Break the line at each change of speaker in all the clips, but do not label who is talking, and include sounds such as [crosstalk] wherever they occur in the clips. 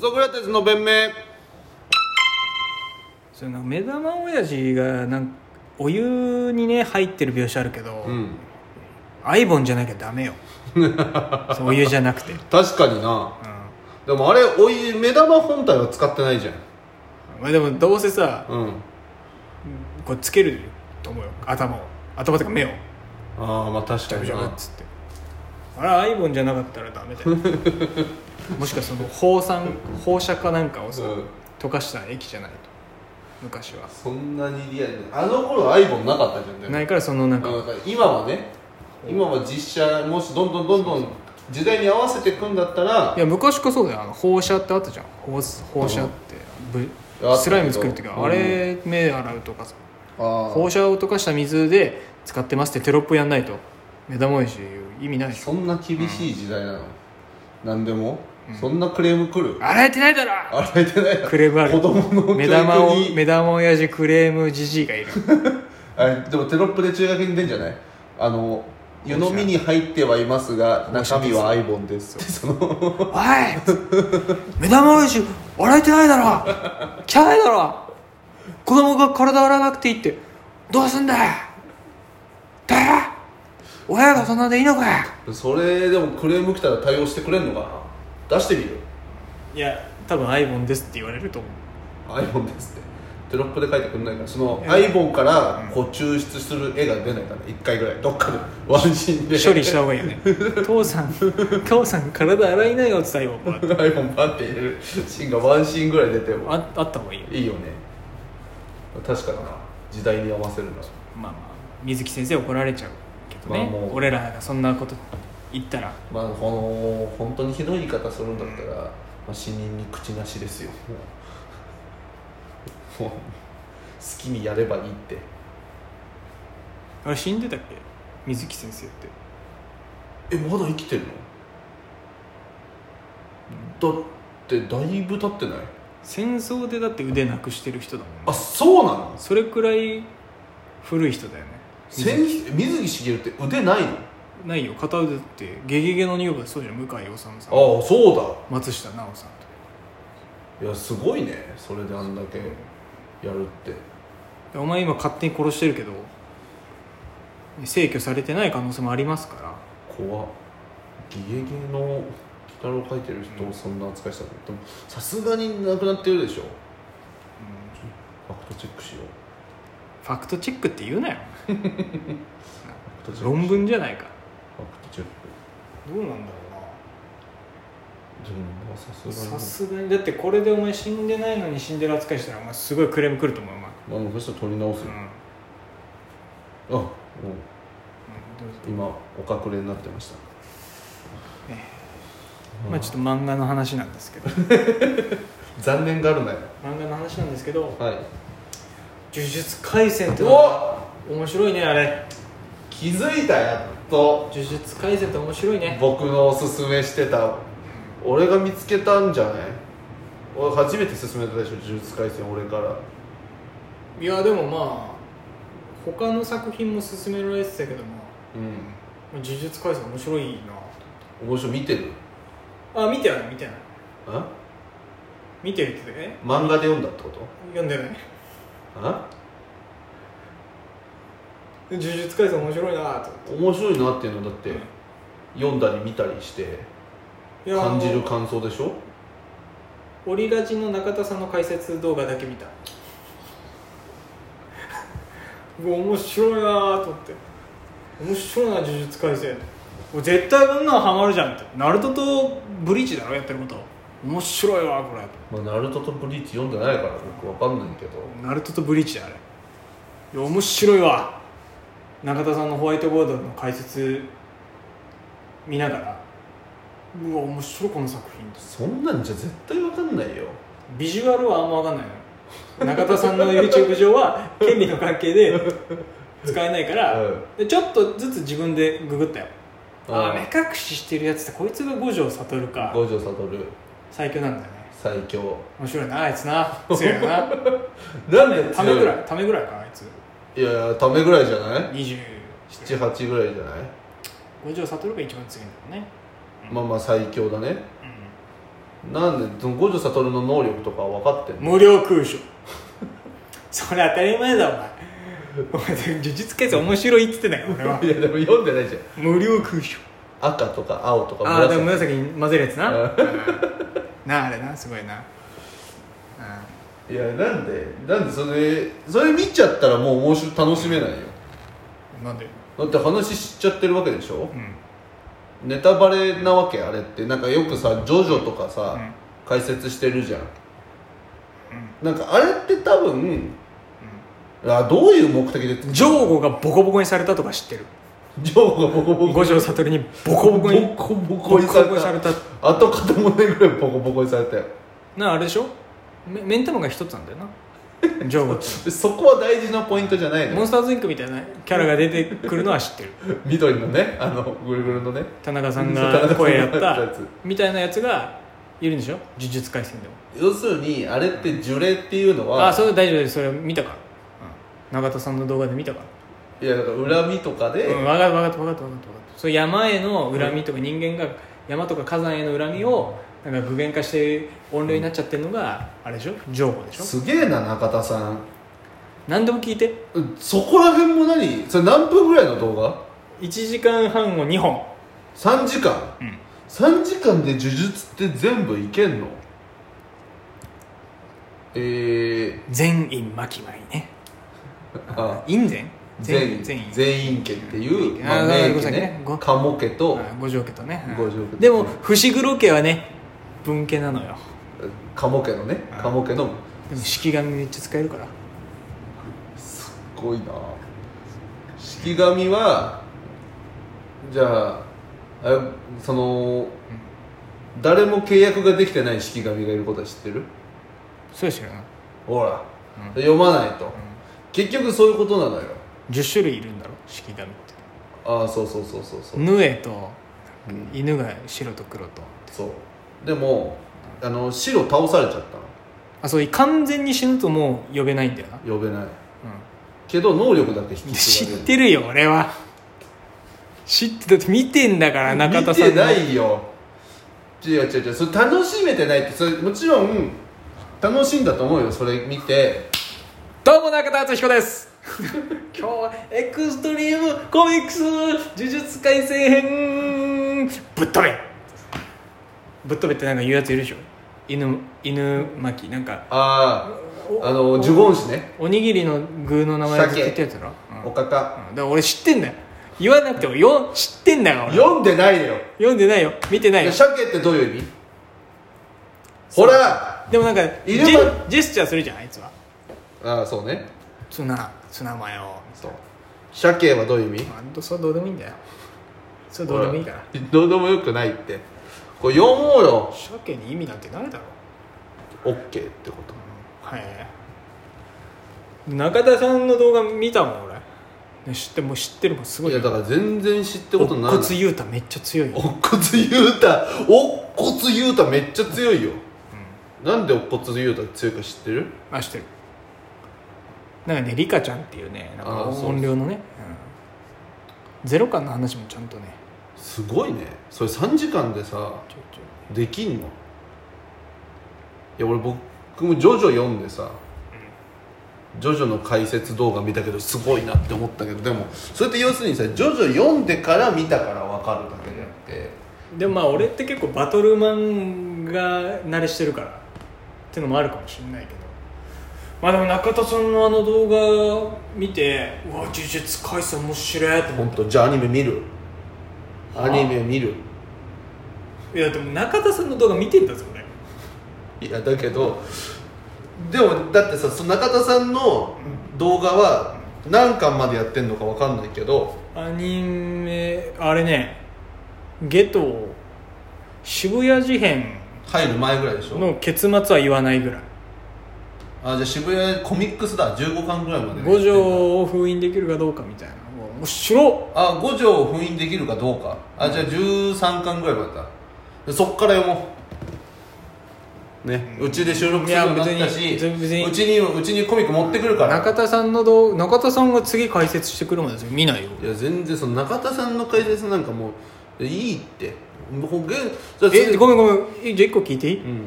ソクラテスの弁明
それなんか目玉親父がなんかお湯にね入ってる描写あるけど、
うん
アイボンじゃなきゃダ [laughs] メよそうお湯じゃなくて、うん、
確かにな
ま
でもあれお湯目玉本体は使ってないじゃん
あでもどうせさ
うん
こうつけると思うよ頭を頭とか目を
ああまあ確か
ジャブ
に
ジャブ
な
っつってあれアイボンじゃなかったらダメだ [laughs] よもしかその放散放射かなんかをさ、
うん
溶かした液じゃないと昔は
そんなにリアルにあの頃アイボンなかったじゃんでも
ないからそのなんか、
なんか今はね今は実写もしどんどんどんどん時代に合わせていくんだったら
いや昔からそうだよあの放射ってあったじゃん放放射って、
あ
ぶ
ったけど
スライム作る時は、
うん
あれ目洗うとかさ
あ
放射を溶かした水で使ってますってテロップやんないと目玉おいし意味ないでしょ
そんな厳しい時代なの、なんでも、そんなクレーム来る
洗えてないだろ
あれてない
クレームある
子供の教育に
目玉を目玉親父クレームじじいがいる
あれでもテロップで中学に出んじゃないあの湯飲みに入ってはいますが中身はアイボンですその
おい目玉親父洗えてないだろ汚いだろ子供が体洗わなくていいってどうすんだよだよ親がそんなんでいいのか
[laughs]
よ
それでもクレーム来たら対応してくれんのかな出してみる
いや多分アイボンですって言われると思う
アイボンですってテロップで書いてくんないからそのアイボンからこう抽出する絵が出ないから1回ぐらいどっかでワンシーン [laughs] で
処理した方がいいよね [laughs] 父さん父さん体洗いなよって言った [laughs] よ
アイボンバンって入れるシーンがワンシーンぐらい出ても
ああった方がいいよ
いいよね確かにな時代に合わせるな
まあまあ水木先生怒られちゃうけどね、
まあもう
俺らがそんなこと言ったら
まあこの本当にひどい言い方するんだったら、まあ、死人に口なしですよもうもう好きにやればいいって
あれ死んでたっけ水木先生って
えまだ生きてるのだってだいぶ経ってない
戦争でだって腕なくしてる人だもんね
あそうなの
それくらい古い人だよね
先水木しげるって腕ないの
ないよ片腕だって「ゲゲゲの女房」でそうじゃん向井理さん
ああそう
松下奈緒さんと
だいやすごいねそれであんだけやるって
でお前今勝手に殺してるけど制御されてない可能性もありますから
怖っゲゲゲの鬼太郎描いてる人をそんな扱いしたのでもさすがになくなってるでしょファクトチェックしよう
ファクトチェックって言うなよ
ファクトチェック
論文じゃないか
ファクトチェック
どうなんだろ
でもまあさす
うな
が
さ
に
すがにだってこれでお前死んでないのに死んでる扱いしたらお前すごいクレームくると思うお前
まあでもそしたら取り直す
う
よ
ん、うん
あもう
どうぞ
今お隠れになってました
ねまあちょっと漫画の話なんですけど
残念があるなよ
漫画の話なんですけど
はい
「呪術廻戦」ってのが
お
面白いねあれ
気づいたやっと
呪術廻戦って面白いね
僕のおすすめしてた俺が見つけたんじゃない俺初めて勧めたでしょ呪術廻戦俺から
いやでもまあ他の作品も勧められてたけども
うん
呪術廻戦面白いな
面白い見てる
あ見てない見てない
あ
見てるってえ
漫画で読んだってこと
読んでない
あ
呪術廻戦面白いなと
面白いなっていうのだって読んだり見たりして
いや
感じる
あの
感想でしょ
オリラジの中田さんの解説動画だけ見たうわ面白いなと思って面白いな呪術廻戦俺絶対こんなのハマるじゃんってナルトとブリーチだろやってること面白いわこれ
まあ、ナルトとブリーチ読んでないから僕わかんないけど
ナルトとブリーチだあれいや面白いわ中田さんのホワイトボードの解説見ながらうわ面白いこの作品です
そんなんじゃ絶対わかんないよ
ビジュアルはあんま分かんないの中田さんの YouTube 上は権利の関係で使えないから、
うん
でちょっとずつ自分でググったよあ
うん
あ目隠ししてるやつってこいつが五条悟か
五条悟
最強なんだよね
最強
面白いなあいつな強いよ
[laughs]
な
なんで
ためぐ
強い
らいためぐらいかあいつ
いやいやためぐらいじゃない
27
78ぐらいじゃない
五条悟が一番強いんだもんね
まあまあ最強だね
うん
なんでその五条悟の能力とか分かってんの
無料空所 [laughs] それ当たり前だお前お前呪術廻戦面白いっつってない俺はい
やでも読んでないじゃん
[laughs] 無料空所
赤とか青とか
ああでも
紫
紫に混ぜるやつな
う
うん [laughs] なああれなすごいな
いやなんでなんでそれそれ見ちゃったらもう面白楽しめないよ
うんなんで
だって話知っちゃってるわけでしょ
うん
ネタバレなわけあれってなんかよくさジョジョとかさ、
うん
解説してるじゃん、なんかあれって多分、あどういう目的で
ジョーゴがボコボコにされたとか知ってる
ジョーがボコボコ
五条悟にボコボコに
ボコボ
ボコ
コ
ボ
にされ
コにされ
た
た
あと片もねぐらいボコボコにされたよ
なああれでしょメメンタルが一つなんだよなジョーゴって
[laughs] でそこは大事なポイントじゃないの
モン
よ
スターズインクみたいなキャラが出てくるのは知ってる
緑のねあのぐるぐるのね
田中さん
そう田中さ
が
ん
声やっ
が
た
やったやつ
みたいなやつがいるんでしょ呪術廻戦でも
要するにあれって呪霊っていうの
あ
は
あそれ大丈夫ですそれ見たから、永田さんの動画で見たから
いやだから恨みとかで、
うん、分かった分かった分かった分かった分かったそう山への恨みとか人間が山とか火山への恨みをなんか具現化して怨霊になっちゃってるのがあれでしょ情報でしょ
すげえな中田さん
何でも聞いて
うんそこら辺も何それ何分ぐらいの動画
1時間半を2本
3時間、
うん
3時間で呪術って全部いけんのえー、
全員巻き舞ね
あ
院全
全員
全員
全員家っていう、
うん
まあ、
あ
名
ごめんな
家
さい
ね
ねご
鴨家と
あ五条家とね
五条家と
でも伏黒家はね文家なのよ
鴨家のね
うん
鴨家の
でも式紙めっちゃ使えるから
すっごいな式神はじゃああその誰も契約ができてない式神がいることは知ってる
そうですよな
ほら、読まないと、結局そういうことなのよ
10種類いるんだろ式紙って
ああそうそうそうそうそう、
ヌエと犬が白と黒と
そうでもあの白倒されちゃった
あそう完全に死ぬともう呼べないんだよな、
の呼べないけど能力だけ引
うん、
き継
知っ
がれる
てるよ俺は知ってだって見てんだから中田さん
見てな
の
いよ違う違う違うそれ楽しめてないってそれもちろん楽しんだと思うよそれ見て
どうも中田敦彦です [laughs] 今日はエクストリームコミックス呪術廻戦編ぶっ飛べぶっ飛べってなんか言うやついるでしょ犬犬巻きなんか
あああの呪言師ね
おにぎりの具の名前ずっと言ってるやつだろ、う
お
ん
かか
うんだから俺知ってんだよ言わなくてもよ知ってんだよ俺
読んでないよ
読んでないよ見てないよ
鮭ってどういう意味ほら
でもなんかジ
犬
ェ
は
ジェスチャーするじゃんあいつは
ああそうね
ツナツナマヨ
そう鮭はどういう意味
あんとそれどうでもいいんだよそれどうでもいいから
ほらどうでもよくないってこれ読もうよ
鮭に意味なんてないだろ
OK ってこと
はい中田さんの動画見たもん俺ね知ってもう知ってるもんすごい
いやだから全然知ってことない
乙骨雄太めっちゃ強いよ
乙骨雄太乙骨雄太めっちゃ強いよ、なんで乙骨雄太強いか知ってる
あ知ってるなんかねリカちゃんっていうねなんか
あーそう
音量のね、うんゼロ感の話もちゃんとね
すごいねそれ3時間でさ
ちょいちょい
できんのいや俺僕もジョジョ読んでさ、ジョジョの解説動画見たけどすごいなって思ったけどでもそれって要するにさジョジョ読んでから見たから分かるだけであって、
でもまあ俺って結構バトルマンが慣れしてるからっていうのもあるかもしれないけどまあでも中田さんのあの動画見てうわ呪術廻戦面白いと思
本
っ
当じゃあアニメ見る
は
ア
あ
ニメ見る
ていやでも中田さんの動画見てんだぞ俺
いやだけどでもだってさその中田さんの動画は何巻までやってんのか分かんないけど
アニメあれねゲト渋谷事変
入る前ぐらいでしょ
の結末は言わないぐらい
あじゃあ渋谷コミックスだ15巻ぐらいまで
五条を封印できるかどうかみたいなもう面白っ
あ五条を封印できるかどうかあじゃあ13巻ぐらいまでだでそっから読もうねうちで収録するようになった
い
し
や別に別に
うちにうちにコミック持ってくるから
中田さんの動中田さんが次解説してくるまで見ないよ
いや全然その中田さんの解説なんかもういいってほんげんじゃあ
え
次
ごめんごめんえじゃあ1個聞いていい
うん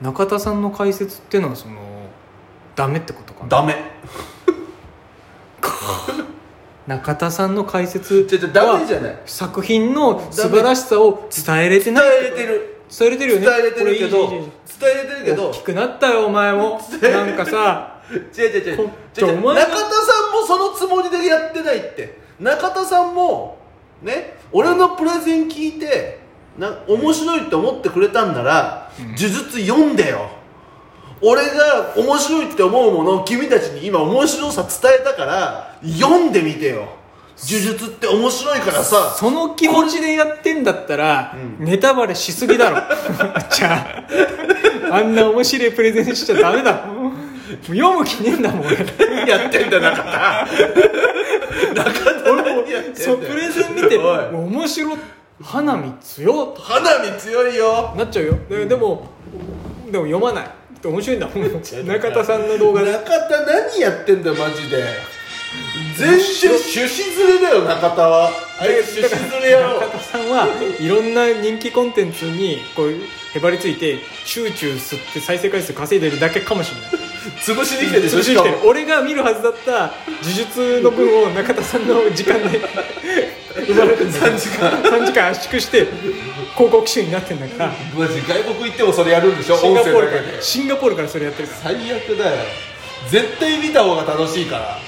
中田さんの解説っていうのはそのダメってことかな
ダメ
中田さんの解説
じゃじゃダメじゃない
作品の素晴らしさを伝えれて
伝
ない
えれてる
伝えれてるよ
伝
ね
えれてるけど
こ
伝
れいいいいいい
えれてるけど
大きくなったよお
[laughs]
前もなんかさ
違う違う違う違う違う
こ
中田さん
お
も
前が
そのつもりでやってないって中田さんもね俺のプレゼン聞いてな面白いって思ってくれたんなら、呪術読んでよ俺が面白いって思うものを君たちに今面白さ伝えたから読んでみてよ呪術って面白いからさ
その気持ちでやってんだったら、ネタバレしすぎ
[laughs]
だろじゃああんな面白いプレゼンしちゃダメだもう読む気ねえんだもん俺
何やってんだ中田
[laughs]
中田何やってんだよ
そうプレゼン見て
おい
面白い花見強っと
花火強いよ
なっちゃうよででもでも読まない面白いんだもん
う
中田さんの動画で
中田何やってんだよマジで全然趣旨ずれだよ中田はあれ趣旨ずれやろう
中田さんはいろんな人気コンテンツにこうへばりついてチューチュー吸って再生回数稼いでるだけかもしれない
潰しに来てるでしょ
[laughs] 潰し
し
に来
か
て
も
る俺が見るはずだった呪術の分を中田さんの時間で [laughs] 生まれてんだ
3時間
3時間圧縮して広告集になってんだから
マジ外国行ってもそれやるんでしょ
シンガポール
音声
か
だけ
らシンガポールからそれやってるから
最悪だよ絶対見た方が楽しいから